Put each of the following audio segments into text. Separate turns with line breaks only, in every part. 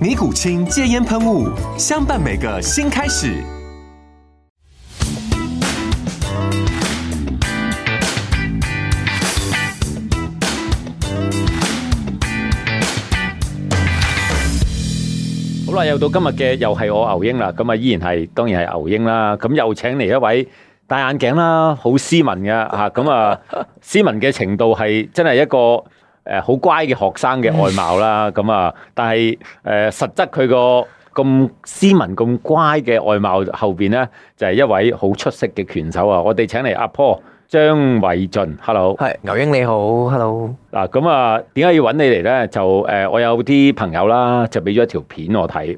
尼古清戒烟喷雾，相伴每个新开始。
好啦，又到今日嘅又係我牛英啦，咁啊依然係當然係牛英啦，咁又請嚟一位戴眼鏡啦，好斯文嘅嚇，咁啊斯文嘅程度係真係一個誒好、乖嘅學生嘅外貌啦，咁啊，但係誒、呃、實質佢個。咁斯文咁乖嘅外貌後邊咧，就係、一位好出色嘅拳手啊！我哋請嚟阿 Paul 張偉俊，hello。
系牛英你好，Hello，
嗱咁啊，點解要揾你嚟咧？就誒、呃我有啲朋友啦，就俾咗一條片我睇，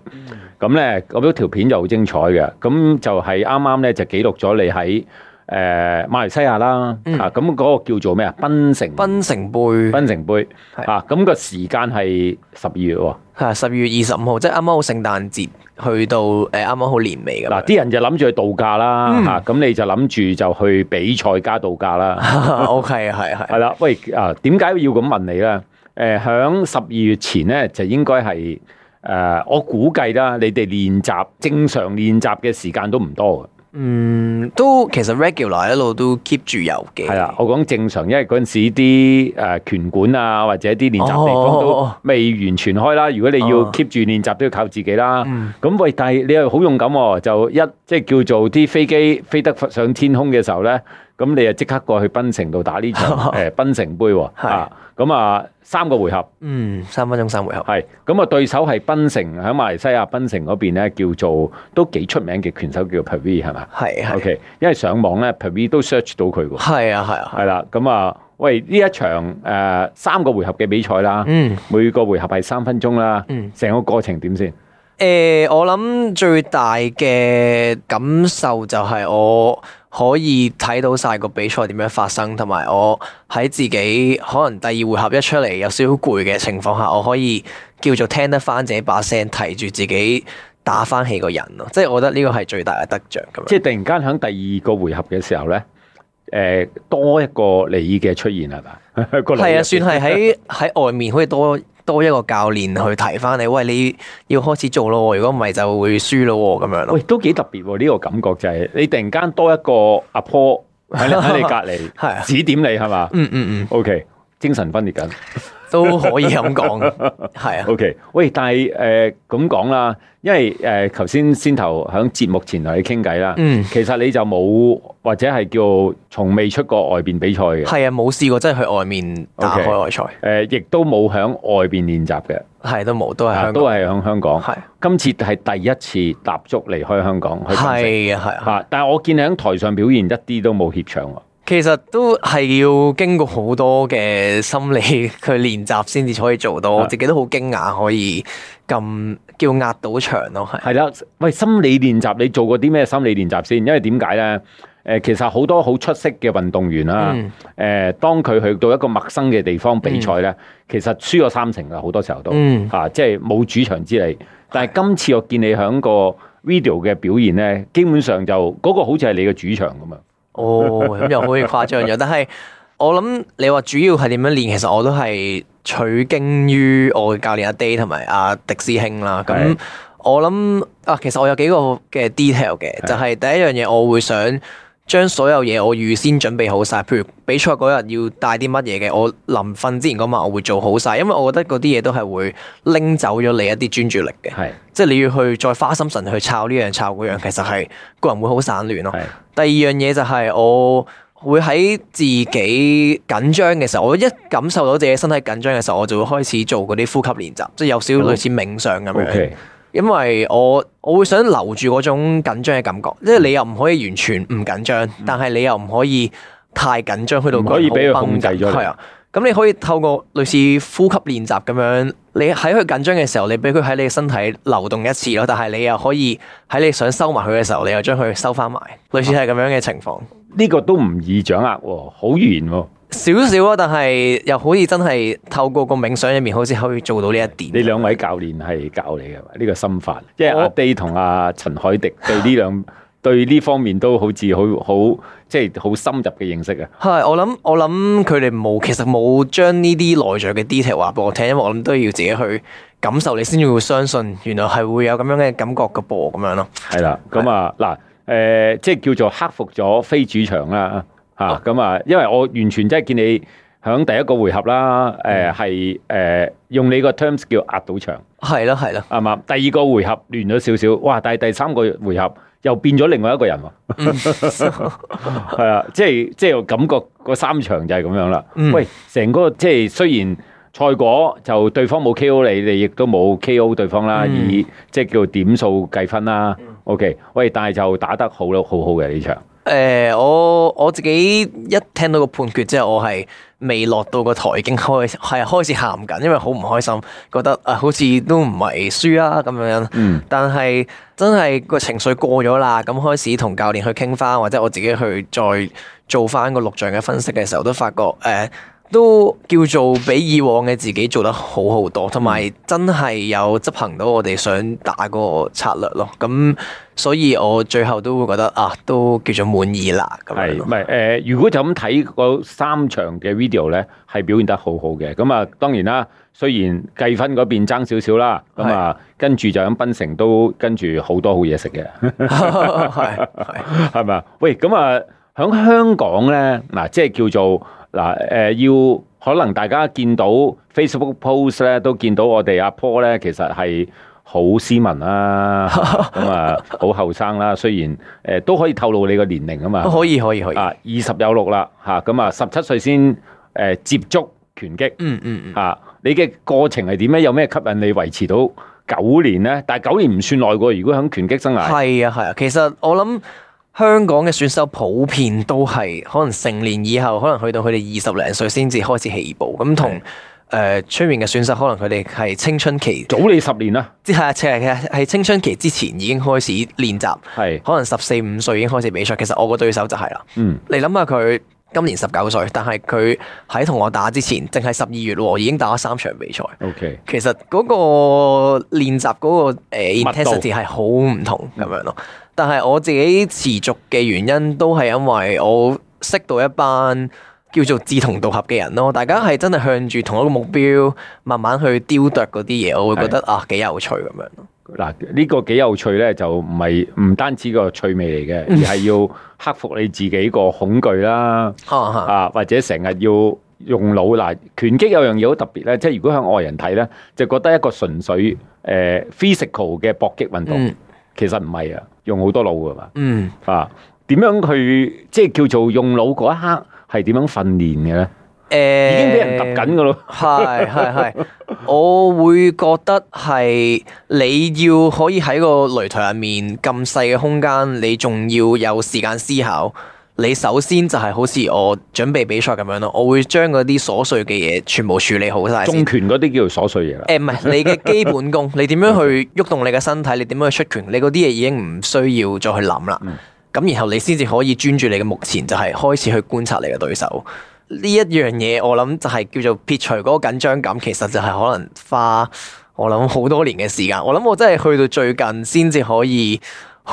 咁咧我嗰條片就好精彩嘅，咁就係啱啱咧就記錄咗你喺誒、呃、馬來西亞啦，
嗯
啊咁嗰個叫做咩啊？檳城
槟城杯
檳城杯
係
啊，咁、個時間係十二月喎，
系十二月二十五號，即係啱啱好聖誕節，去到诶啱啱好年尾咁
嗱
樣。
啲人就諗住去度假啦，
嗯
啊咁、你就諗住就去比賽加度假啦。
O K，係
係
啊係
啦，喂啊，點解要咁問你咧？誒、響十二月前咧，就應該係誒、我估計啦，你哋練習正常練習嘅時間都唔多
嗯，都其實 regular 一路都 keep 住有嘅。
嘅。係啦，我講正常，因為嗰陣時啲誒、拳館啊，或者啲練習地方都
哦
未完全開啦。如果你要
哦
keep 住練習，都要靠自己啦。
嗯，
咁喂，但係你又好勇敢喎、就一即係叫做啲飛機飛得上天空嘅時候咧，咁你就即刻過去檳城度打呢 場誒檳城杯喎、
係
啊，咁啊三個回合。
嗯，三分鐘三回合。
係咁啊，對手係檳城喺馬來西亞檳城嗰邊咧，叫做都幾出名嘅拳手叫 Pervi 係嘛
係係
？OK，因為上網咧 Pervi 都 search 到佢喎。
係啊係啊，係
係啦，咁啊，喂，呢一場誒、呃三個回合嘅比賽啦，
嗯。
每個回合係三分鐘啦，
嗯
成、個過程點先？
誒、呃我諗最大嘅感受就係我可以睇到晒個比賽點樣發生，同埋我喺自己可能第二回合一出嚟有少少攰嘅情況下，我可以叫做聽得翻自己把聲，提住自己打翻起個人咯。 即係我覺得呢個係最大嘅得着咁樣。
即係突然間喺第二個回合嘅時候咧，誒、多一個你嘅出現係嘛？ 個
係啊，算
係
係喺 喺外面可以多多一個教練去提翻你，喂，你要開始做咯喎，如果唔係就會輸咯喎咁樣咯
喂。都幾特別喎、呢、個感覺就係、你突然間多一個阿婆喺 你喺你隔離。
係啊，
指點你係嘛
嗯嗯嗯，
？OK，精神分裂 緊。
都可以咁 講，係啊。
OK，喂，但係誒咁講啦，因為誒頭先先頭喺節目前同你傾偈啦，
嗯
其實你就冇或者係叫從未出過外邊比賽嘅，誒、
係啊，冇試過真係去外面打
OK
海外賽，
亦都冇喺外邊練習嘅，
係都冇，都係
啊
香
都
港，
係喺香港。
係
今次係第一次踏足離開香港去檳城
係啊，係啊，
嚇，但係我見你喺台上表現一啲都冇怯場喎。
其實都係要經過好多嘅心理去練習先至可以做到，我
係
自己都好驚訝可以咁叫壓到場咯，係
係啦，喂，心理練習你做過啲咩心理練習先？因為點解咧？誒，其實好多好出色嘅運動員啦，誒
嗯、
當佢去到一個陌生嘅地方比賽咧，其實輸咗三成啦，好多時候都嚇、
嗯
啊即係冇主場之利。但係今次我見你喺個 video 嘅表現咧，基本上就嗰、個好似係你嘅主場咁啊。
哦，咁又可以誇張咗，但係我諗你話主要係點樣練，其實我都係取經於我嘅教練阿 Day 同埋阿迪師兄啦。
係
咁我諗啊，其實我有幾個嘅 detail 嘅，就係第一樣嘢，我會想將所有嘢我預先準備好晒，譬如比賽嗰日要帶啲乜嘢嘅，我臨瞓之前嗰晚我會做好晒，因為我覺得嗰啲嘢都係會拎走咗你一啲專注力嘅，
係
即係你要去再花心神去抄呢樣抄嗰樣，其實係個人會好散亂咯。
係
第二樣嘢就係我會喺自己緊張嘅時候，我一感受到自己身體緊張嘅時候，我就會開始做嗰啲呼吸練習，即係有少少類似冥想咁樣。
，OK，
因為我我會想留住嗰種緊張嘅感覺，即係你又唔可以完全唔緊張，但係你又唔可以太緊張去到
嗯唔可以俾佢
個人好
控制咗
繃緊
你
係啊，咁你可以透過類似呼吸練習咁樣，你喺佢緊張嘅時候，你俾佢喺你身體流動一次咯，但係你又可以喺你想收埋佢嘅時候，你又將佢收翻埋，類似係咁樣嘅情況。
呢個都唔易掌握喎，好懸喎。
少少啊，但係又好似真係透過個冥想入面，好似可以做到呢一
你
點。
兩位教練係教你嘅嘛呢個心法，因為阿
我
Day 同阿陳海 迪對呢兩對呢方面都好似好好即係好深入嘅認識啊。
係，我諗我諗佢哋冇，其實冇將呢啲內在嘅 detail 話俾我聽，因為我諗都要自己去感受，你先至會相信原來係會有咁樣嘅感覺嘅噃，咁樣咯。
係啦，咁啊嗱，誒、即係叫做克服咗非主場啦，嚇咁啊，因為我完全真係見你響第一個回合啦，誒係誒用你個 terms 叫壓到場，
係啦，係啦，
啱嘛？第二個回合亂咗少少，哇！但係第三個回合又變咗另外一個人喎，
嗯
係啊，即係即係我感覺嗰三場就係咁樣啦。
嗯
喂，成個即係雖然。賽果就對方冇 KO 你，你亦都冇 KO 對方啦，
嗯
以即係叫點數計分啦。OK，喂，但係就打得好咯，好好嘅呢場。
誒、我我自己一聽到個判決之後，我係未落到個台已經開始係開始喊緊，因為好唔開心，覺得啊好似都唔係輸啊咁樣。
嗯，
但係真係個情緒過咗啦，咁開始同教練去傾翻，或者我自己去再做翻個錄像嘅分析嘅時候，都發覺誒、呃都叫做比以往嘅自己做得好好多，同埋真係有執行到我哋想打嗰個策略咯。咁所以我最後都會覺得啊，都叫做滿意啦咁
係
樣
唔
咯。
係？誒、如果就咁睇嗰三場嘅 video 咧，係表現得好好嘅。咁啊，當然啦，雖然計分嗰邊爭少少啦，咁啊，跟住就咁檳城都跟住好多好嘢食嘅。
係係
係咪啊？喂，咁啊，喺香港咧，嗱，即係叫做嗱，誒、要可能大家見到 Facebook post 咧，都見到我哋阿 Paul 咧，其實係好斯文啦，咁啊，好後生啦，雖然誒、都可以透露你個年齡啊嘛，
可以可以可以。
啊，二十有六啦，嚇，咁啊，十七歲先誒接觸拳擊。
嗯嗯嗯。
啊，你嘅過程係點咧？有咩吸引你維持到九年咧？但係九年唔算耐喎。如果喺拳擊生涯，
係啊係啊，其實我諗香港嘅選手普遍都係可能成年以後，可能去到佢哋二十零歲先至開始起步，咁同誒出面嘅選手可能佢哋係青春期，
早你十年啦，
即係係係青春期之前已經開始練習，
係，
可能十四五歲已經開始比賽。其實我個對手就係啦。
嗯。
你諗下佢今年十九歲，但係佢喺同我打之前，淨係十二月喎，已經打咗三場比賽。
O K，
其實嗰個練習嗰個呃
密度
intensity 係好唔同咁樣咯。但係我自己持續嘅原因都係因為我識到一班叫做志同道合嘅人咯。大家係真係向住同一個目標，慢慢去雕琢嗰啲嘢，我會覺得啊幾有趣咁樣咯。
嗱呢個幾有趣咧，就唔係唔單止個趣味嚟 嘅，而係要克服你自己個恐懼啦，
啊哈
啊或者成日要用腦嗱。拳擊有樣嘢好特別咧，即係如果向外人睇咧，就覺得一個純粹誒、呃 physical 嘅搏擊運動，
嗯
其實唔係啊，用好多腦噶嘛，
嗯。
啊點樣去即係叫做用腦嗰一刻係點樣訓練嘅咧？
誒
已經俾人揼緊噶咯，
係係係，我會覺得係你要可以喺個擂台入面咁細嘅空間，你仲要有時間思考。你首先就係好似我準備比賽咁樣咯，我會將嗰啲瑣碎嘅嘢全部處理好晒先
中。拳嗰啲叫做瑣碎嘢啦。
誒唔係你嘅基本功，你點樣去喐動你嘅身體，你點樣去出拳，你嗰啲嘢已經唔需要再去諗啦。咁、然後你先至可以專注你嘅目前，就係、開始去觀察你嘅對手。呢一樣嘢我諗就係叫做撇除嗰個緊張感，其實就係可能花我諗好多年嘅時間。我諗我真係去到最近先至可以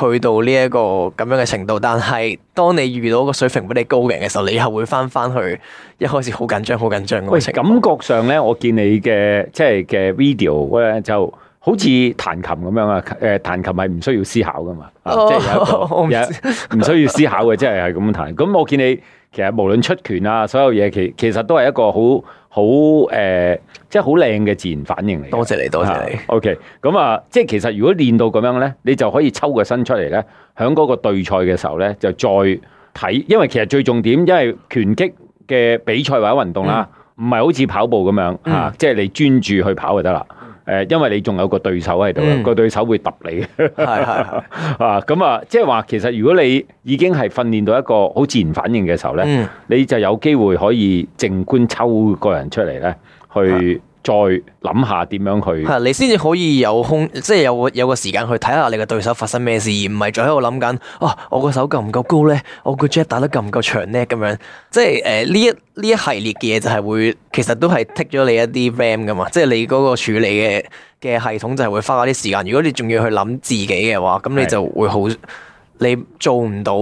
去到呢一個咁樣嘅程度。但係當你遇到個水平比你高嘅人嘅時候，你又會翻翻去一開始好緊張、好緊張
喂，
嗰個情
感
況。
覺上咧，我見你嘅即係嘅 video 咧，就好似彈琴咁樣啊，誒彈琴係唔需要思考噶嘛，啊
哦
即係有一個
我唔知
有一唔需要思考嘅，即係係咁彈。咁我見你其實無論出拳啊，所有嘢其其實都係一個好好誒，即係好靚嘅自然反應嚟嘅。
多謝你，多謝你
啊。OK，咁啊，即係其實如果練到咁樣咧，你就可以抽個身出嚟咧，喺嗰個對賽嘅時候咧，就再睇，因為其實最重點，因為拳擊嘅比賽或者運動
嗯
啦，唔係好似跑步咁樣嚇、啊即係你專注去跑就得啦。誒，因為你仲有個對手喺度，啊
嗯
個對手會揼你
係係係，
啊！咁啊，即係話其實如果你已經係訓練到一個好自然反應嘅時候咧，
嗯
你就有機會可以靜觀抽個人出嚟咧，去再諗下點樣去。
係你先至可以有空，即係有個有個時間去睇下你嘅對手發生咩事，而唔係再喺度諗緊，啊，我個手夠唔夠高咧？我個 jet 打得夠唔夠長咧？咁樣，即係呃誒呢一呢一系列嘅嘢就係會，其實都係剔咗你一啲 RAM 噶嘛，即係你嗰個處理嘅嘅系統就係會花啲時間。如果你仲要去諗自己嘅話，咁你
係
就會好，你做唔到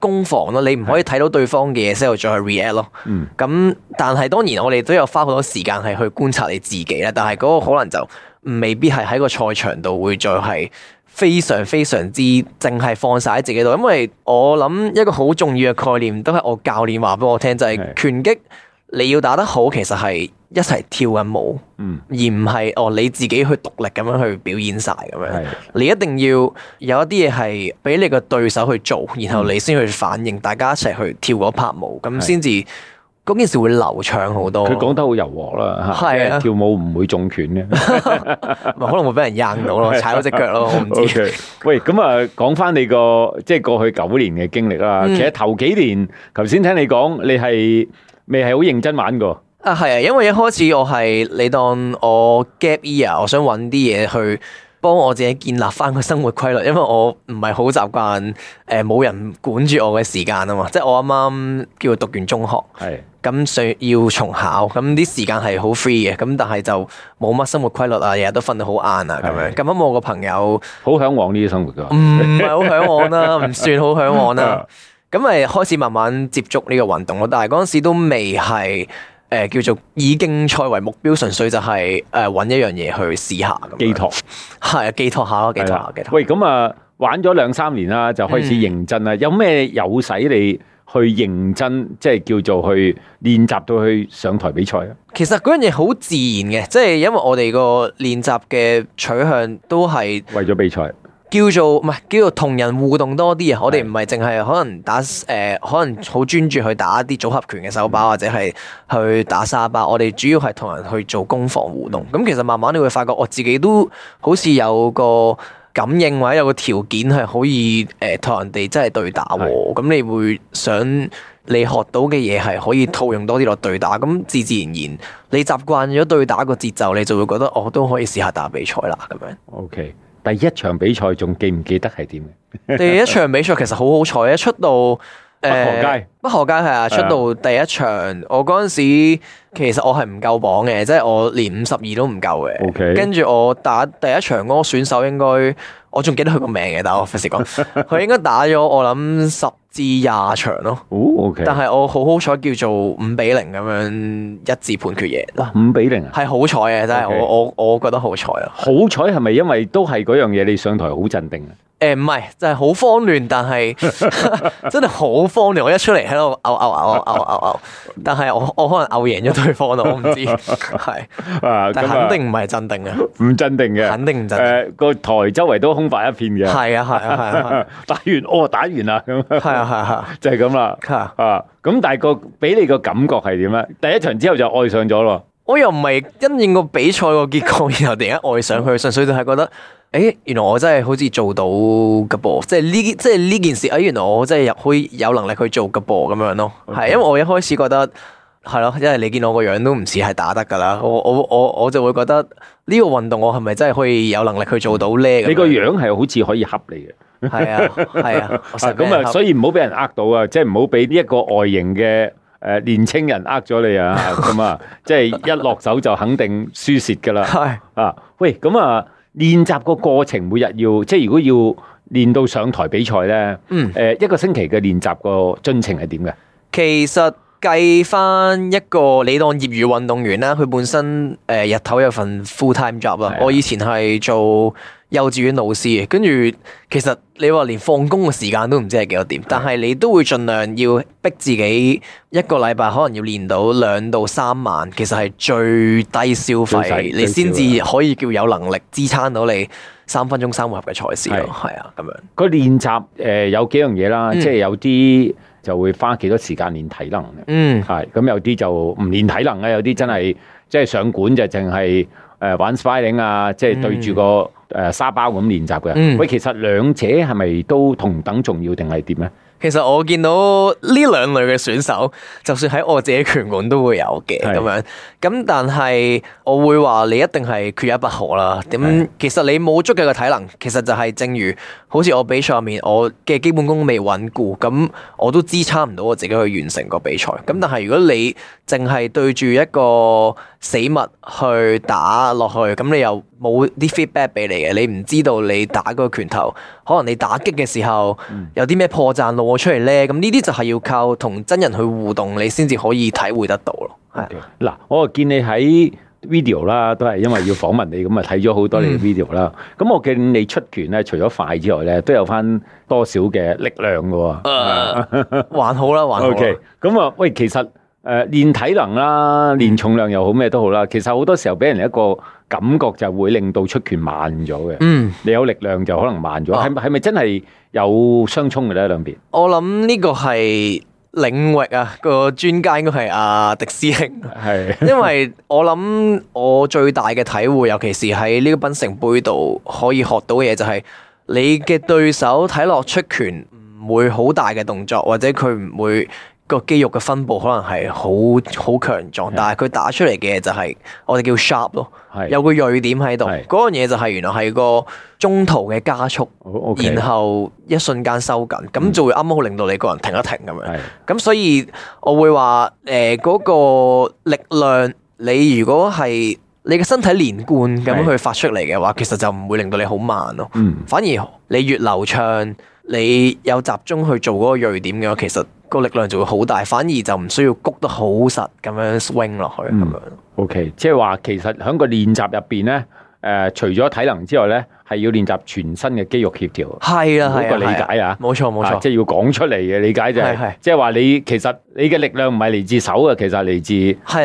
攻防咯，你唔可以睇到對方嘅嘢之後再去 react 咯。
嗯
咁但係當然我哋都有花好多時間係去觀察你自己啦，但係嗰個可能就未必係喺個賽場度會再係非常非常之淨係放晒喺自己度，因為我諗一個好重要嘅概念都係我教練話俾我聽，就係、
係
拳擊你要打得好，其實係一齊跳緊舞，
嗯
而唔係哦你自己去獨立咁樣去表演晒咁樣。
係
你一定要有一啲嘢係俾你個對手去做，然後你先去反應，大家一齊去跳嗰 part 舞，咁先至嗰件事會流暢好多。
佢講得好柔和啦，嚇
哦係啊
跳舞唔會中拳 嘅。
咪 可能會俾人掗到咯，踩到只腳咯，我唔
O
知。
K，喂，咁啊，講翻你個即係過去九年嘅經歷啦。
嗯
其實頭幾年，頭先聽你講，你係未係好認真玩過，
啊，係啊，因為一開始我係你當我 gap year，我想揾啲嘢去幫我自己建立翻個生活規律，因為我唔係好習慣誒冇人管住我嘅時間啊嘛，即係我啱啱叫讀完中學。
係
咁上要重考，咁啲時間係好 free 嘅，咁但係就冇乜生活規律啊，日日都瞓到好晏啊咁樣。
係
咁啱我個朋友
好向往呢啲生活
唔
㗎。
係好向 往啦，唔算好向往
啊
啦。咁咪開始慢慢接觸呢個運動咯，但係嗰陣時都未係誒叫做以競賽為目標，純粹就係誒揾一樣嘢去試下咁樣。
寄託
係啊，寄託下咯，寄
係
託
啦
下，寄託。
喂，咁啊，玩咗兩三年啦，就開始
嗯
認真啦。有咩有使你去認真，即係叫做去練習到去上台比賽啊？
其實嗰樣嘢好自然嘅，即係因為我哋個練習嘅取向都係。
為咗比賽，啊
叫做唔係叫做同人互動多啲啊！我哋唔係淨係可能打誒、呃可能好專注去打一啲組合拳嘅手把，或者係去打沙巴。我哋主要係同人去做攻防互動。咁其實慢慢你會發覺，我自己都好似有個感應或者有個條件係可以誒同、人哋真係對打喎。咁你會想你學到嘅嘢係可以套用多啲落對打，咁自自然然你習慣咗對打個節奏，你就會覺得我都可以試下打比賽啦咁樣。
O K，第一場比賽仲記唔記得係點嘅？
第一場比賽其實好好彩嘅，出到誒
北河街，
北河街係啊，出到第一場，我嗰陣時其實我係唔夠磅嘅，即係我連五十二都唔夠嘅。
OK
跟住我打第一場嗰個選手應該，我仲記得佢個名嘅，但係我費 事講，佢應該打咗我諗十至廿場咯。
哦，O K，
但係我好好彩叫做五比零咁樣一致判決贏，
哇，五比零啊！
係好彩嘅，真係
OK
我我我覺得好彩啊！
好彩係咪因為都係嗰樣嘢，你上台好鎮定啊？
誒唔係，就係好慌亂，但係真係好慌亂。我一出嚟喺度嘔嘔嘔嘔嘔嘔，但係我我可能嘔贏咗對方咯，我唔知係，
啊，
但係
咁啊
肯定唔係鎮定嘅，
唔鎮定嘅，
肯定唔鎮定。
誒個台周圍都空白一片嘅，
係啊係啊係啊
打完哦打完啦咁，
係啊係啊
就係咁啦
係啊！
啊！咁但係個俾你個感覺係點咧？第一場之後就愛上咗咯，
我又唔係因應個比賽個結果，然後突然間愛上佢，純粹就係覺得，誒原來我真係好似做到嘅噃，即係呢即係呢件事，誒哎原來我真係有可以有能力去做嘅噃咁樣咯。係
OK
因為我一開始覺得係咯，因為你見我個樣都唔似係打得㗎啦，我我我我就會覺得呢個運動我係咪真係可以有能力去做到咧？咁樣
你個樣係好似可以恰你嘅，
係啊係啊，我成
啊
日俾
咁
人
啊，
恰
所以唔好俾人呃到啊，即係唔好俾呢一個外形嘅。誒年青人呃咗你 啊，咁啊，即係一落手就肯定輸蝕㗎 啦。
係。
啊，喂，咁啊，練習個過程每日要，即係如果要練到上台比賽咧，誒、呃
嗯
一個星期嘅練習個進程係點嘅？
其實計翻一個你當業餘運動員啦，佢本身誒、呃日頭有份 full time job
係
啦
啊。
我以前係做幼稚園老師嘅，跟住其實你話連放工嘅時間都唔知係幾多點，但係你都會盡量要逼自己一個禮拜可能要練到兩到三萬，其實係最低消
最低
費，你先
最
至可以叫有能力支撐到你三分鐘三回合嘅賽事咯。係啊，咁樣
個練習誒有幾樣嘢啦，
嗯
即係有啲就會花幾多時間練體能嘅。
嗯
係咁有啲就唔練體能嘅，有啲真係即係上館就淨係誒玩 spinning 啊，即係對住個誒沙包咁練習嘅。
嗯
喂，其實兩者係咪都同等重要定係點咧？
其實我見到呢兩類嘅選手，就算喺我自己拳館都會有嘅
係
咁樣。咁但係我會話你一定係缺一不可啦。
係
點其實你冇足夠嘅體能，其實就係正如好似我比賽入面，我嘅基本功未穩固，咁我都支撐唔到我自己去完成個比賽。咁但係如果你淨係對住一個死物去打落去，咁你又冇啲 feedback 俾你嘅，你唔知道你打嗰個拳頭，可能你打擊嘅時候。有啲咩破綻露咗出嚟咧？咁呢啲就係要靠同真人去互動，你先至可以體會得到咯。係
嗱，我見你喺 video 啦，都係因為要訪問你，咁啊睇咗好多
嗯
你嘅 video 啦。咁我見你出拳咧，除咗快之外咧，都有翻多少嘅力量嘅喎。
呃 還好啦，還好
O
啦。
K，咁啊，喂，其實誒、呃、練體能啦，練重量又好咩都好啦，其實好多時候俾人一個感覺就會令到出拳慢咗嘅。
嗯，
你有力量就可能慢咗，
啊
係係咪真係有相衝嘅咧？兩邊
我諗呢個係領域啊，個專家應該係阿迪 師兄。
係
因為我諗我最大嘅體會，尤其是喺呢個檳城杯度可以學到嘅嘢，就係你嘅對手睇落出拳唔會好大嘅動作，或者佢唔會個肌肉嘅分布可能係好 好強壯，但係佢打出嚟嘅嘢就係我哋叫 sharp 咯，
係
有個鋭點喺度。
係
嗰樣嘢就係原來係個中途嘅加速，
O K，
然後一瞬間收緊，咁就會啱啱好令到你個人停一停咁樣。
嗯係
咁所以我會話誒嗰個力量，你如果係你嘅身體連貫
係
咁去發出嚟嘅話，其實就唔會令到你好慢咯。
嗯
反而你越流暢，你有集中去做嗰個鋭點嘅話，其實個力量就會好大，反而就唔需要谷得好實咁樣 swing 落去咁
嗯
樣。
O K，即係話其實喺個練習入邊咧，誒、除咗體能之外咧，係要練習全身嘅肌肉協調。
係啦，係
嗰個
啦，
理解啊
係冇錯冇
啊
錯，
即係要講出嚟嘅理解就
係係
係，即係話你其實你嘅力量唔係嚟自手嘅，其實係
係
嚟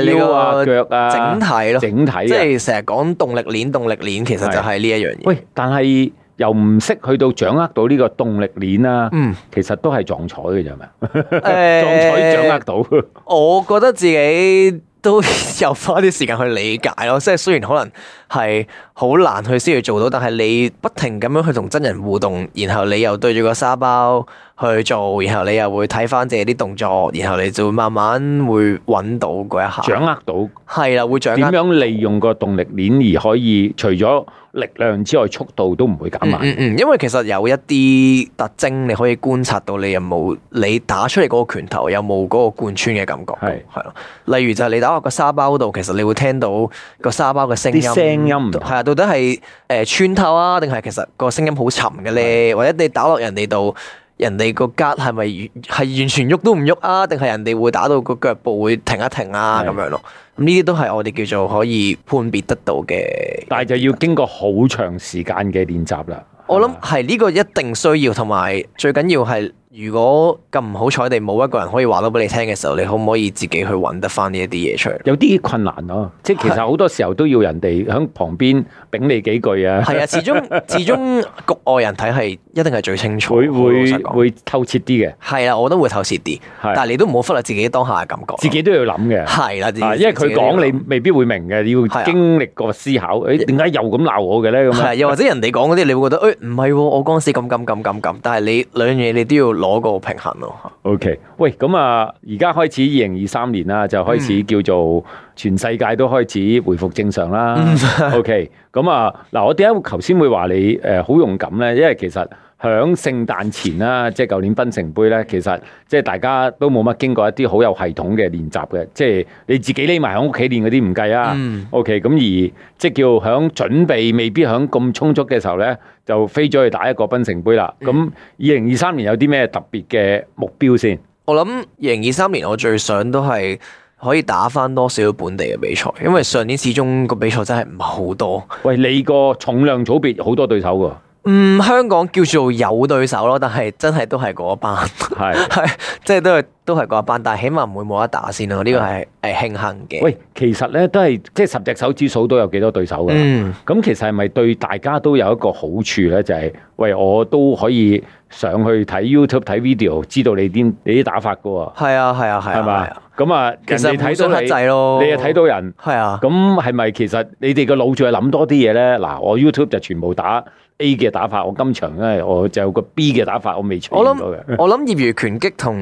你
自
個
腰啊、腳啊、
整體咯，
整體啊嘅
即係成日講動力鏈，動力鏈其實就係呢一樣嘢。
喂，但係又唔識去到掌握到呢個動力鏈啦，
嗯，
其實都係撞彩嘅啫係咪？
誒
撞彩掌啊握到，
我覺得自己都有花啲時間去理解咯， 即係雖然可能係好難去先去做到，但係你不停咁樣去同真人互動，然後你又對住個沙包去做，然後你又會睇翻自己啲動作，然後你就會慢慢會揾到嗰一下，
掌握到
係啦，啊會掌
點
握。
樣利用個動力鏈而可以除咗力量之外，速度都唔會減
嗯
慢。
嗯嗯，因為其實有一啲特徵，你可以觀察到你有冇你打出嚟嗰個拳頭有冇嗰個貫穿嘅感覺，
係
係咯。例如就係你打落個沙包度，其實你會聽到個沙包嘅聲音，
啲聲音唔同
係啊，到底係誒、呃穿透啊，定係其實個聲音好沉嘅咧？或者你打落人哋度，人哋個格係咪完係完全喐都唔喐啊？定係人哋會打到個腳步會停一停啊
係
咁樣咯？咁呢啲都係我哋叫做可以判別得到嘅。
但係就要經過好長時間嘅練習啦。
我
啊
諗係呢個一定需要，同埋最緊要係，如果咁唔好彩地冇一個人可以話到俾你聽嘅時候，你可唔可以自己去揾得翻呢一啲嘢 出嚟？
有啲困難咯，即係其實好多時候都要人哋喺旁邊丙你幾句啊，
係啊，始終始終局外人睇係一定係最清楚，
會
老
會
實講
會透徹啲嘅，
係啊，我都會透徹啲，
係
但係你都唔好忽略自己當下嘅感覺。
自己都要諗嘅。
係啦，自己
啊，因為
自
佢
己都要
講
諗
你未必會明嘅，
係
要
啊
經歷過思考。誒點解又咁鬧我嘅咧？咁
係啊
樣
又或者人哋講嗰啲，你會覺得誒唔係喎，我嗰陣時咁咁咁咁咁，但係你兩樣嘢你都要攞個平衡咯。
OK，喂，咁啊，而家開始二零二三年啦，就開始叫做全世界都開始回復正常啦。OK，咁啊，嗱，我點解頭先會話你誒好勇敢咧？因為其實響聖誕前啦，即係舊年檳城杯咧，其實即係大家都冇乜經過一啲好有系統嘅練習嘅，即係你自己匿埋喺屋企練嗰啲唔計啊。
嗯
OK，咁而即係叫響準備未必響咁充足嘅時候咧，
嗯
就飛咗去打一個檳城杯啦。咁二零二三年有啲咩特別嘅目標先？
我諗二零二三年我最想都係可以打翻多少本地嘅比賽，因為上年始終個比賽真係唔係好多。
喂，你個重量組別好多對手㗎，
嗯，香港叫做有對手咯，但係真係都係嗰一班，
係。
係即係都係都係嗰一班，但係起碼唔會冇得打先咯。呢個係誒慶幸嘅。
喂，其實咧都係即係十隻手指數都有幾多對手㗎啦。
嗯，
咁其實係咪對大家都有一個好處咧？就係、喂，我都可以上去睇 YouTube 睇 video，知道你啲你啲打法噶喎，
係啊，係啊，係啊，
係
係
嘛
啊，？
咁啊，
其實
人哋睇
互相克
到
制咯
你，你又睇到人，
係啊，
咁係咪其實你哋個腦仲係諗多啲嘢咧？嗱，我 YouTube 就全部打 A 嘅打法，我今場咧我就有個 B 嘅打法，我未出
我
現到
諗
嘅。
我諗業餘拳擊同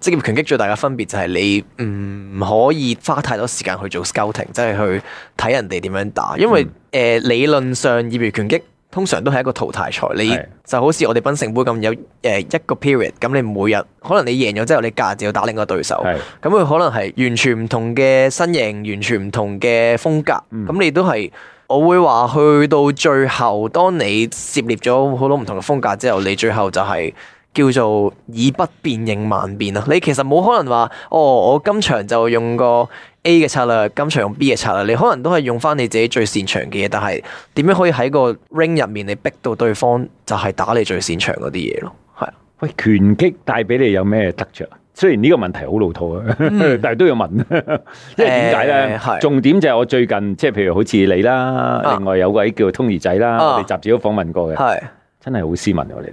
職業拳擊最大嘅分別就係你唔可以花太多時間去做 scouting，即係去睇人哋點樣打，因
嗯
為誒、呃理論上業餘拳擊通常都係一個淘汰賽，你
係
就好似我哋檳城杯咁有誒、呃一個 period，咁你每日可能你贏咗之後，你隔日就要打另一個對手，
係
咁佢可能係完全唔同嘅身形，完全唔同嘅風格，咁、
嗯
你都係。我會話去到最後，當你涉獵咗好多唔同嘅風格之後，你最後就係叫做以不變應萬變啊！你其實冇可能話哦，我今場就用個 A 嘅策略，今場用 B 嘅策略，你可能都係用翻你自己最擅長嘅嘢，但係點樣可以喺個 ring 入面你逼到對方就係打你最擅長嗰啲嘢咯？係啊
喂，拳擊帶俾你有咩得着？雖然呢個問題好老套啊， 但係都要問，因為點解咧？
嗯誒係
重點就係我最近即係譬如好似你啦，另外有位叫 Tony 仔啦，
啊
我哋雜誌都訪問 過嘅，
係
真係好斯文啊我哋。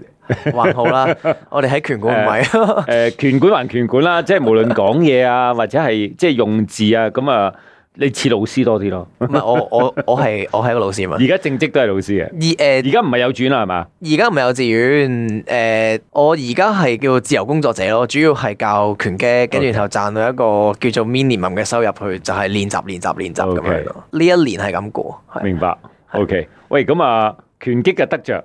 還好啦，我哋喺拳館唔係。
誒、拳館還拳館啦，即係無論講嘢啊，或者係即係用字啊，咁啊，你似老師多啲咯。
唔係我我我係我係一個老 師嘛。
而家正職都係老 師嘅，
而誒
而家唔係有轉啦，係嘛？
而家唔係幼稚園，誒、呃我而家係叫自由工作者咯，主要係教拳擊，跟住
OK
然後賺到一個叫做 minimum 嘅收入去，就係、練習、練習、練習咁樣咯。呢一年係咁過，係
明白。OK，喂，咁啊，拳擊嘅得着，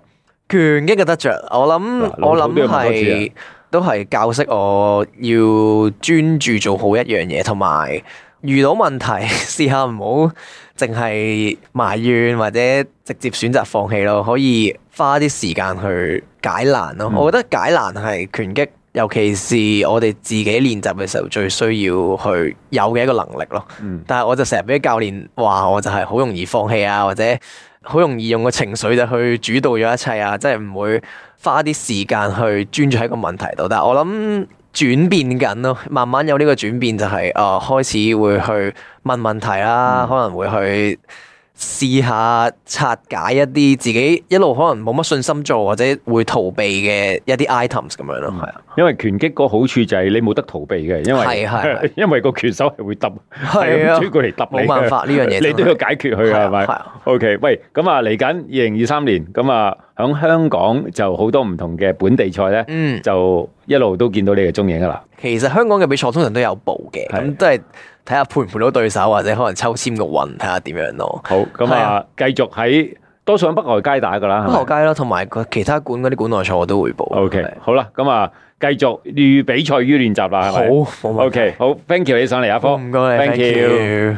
拳擊嘅得着，我諗
嗱
我
老土都
諗
要問多次啊
係都係教識我要專注做好一樣嘢，同埋遇到問題試下唔好淨係埋怨或者直接選擇放棄咯，可以花啲時間去解難咯。
嗯
我覺得解難係拳擊，尤其是我哋自己練習嘅時候最需要去有嘅一個能力咯。
嗯，
但係我就成日俾教練話我就係好容易放棄啊，或者好容易用個情緒就去主導咗一切啊，即係唔會花啲時間去專注喺個問題度。但係我諗轉變緊咯，慢慢有呢個轉變就係、呃開始會去問問題啦，
嗯
可能會去。試下拆解一啲自己一路可能冇乜信心做或者會逃避嘅一啲 items 咁樣咯，係啊，
因為拳擊個好處就係你冇得逃避嘅，因為
係係係
因為個拳手係會揼，係
係
咁
啊
追過嚟揼你嘅，
冇辦法呢樣嘢真係
你都要解決佢啊，係
係
咪
啊？
OK，喂，咁啊，嚟緊二零二三年，咁啊，響香港就好多唔同嘅本地賽咧，
嗯
就一路都見到你嘅蹤影噶啦。
其實香港嘅比賽通常都有報嘅，
係
咁都係睇下配唔配到對手，或者可能抽籤個運睇下點樣咯。
好，咁
係
啊
啊，
繼續喺多數喺北外街打噶啦，係
北
咪
河街啦，同埋個其他館嗰啲館內賽我都會報。係
OK，好啦，咁啊，繼續於比賽於練習啦，係
好
咪
冇問題。
？OK，好，thank you 你上嚟阿科，
唔該你，thank you。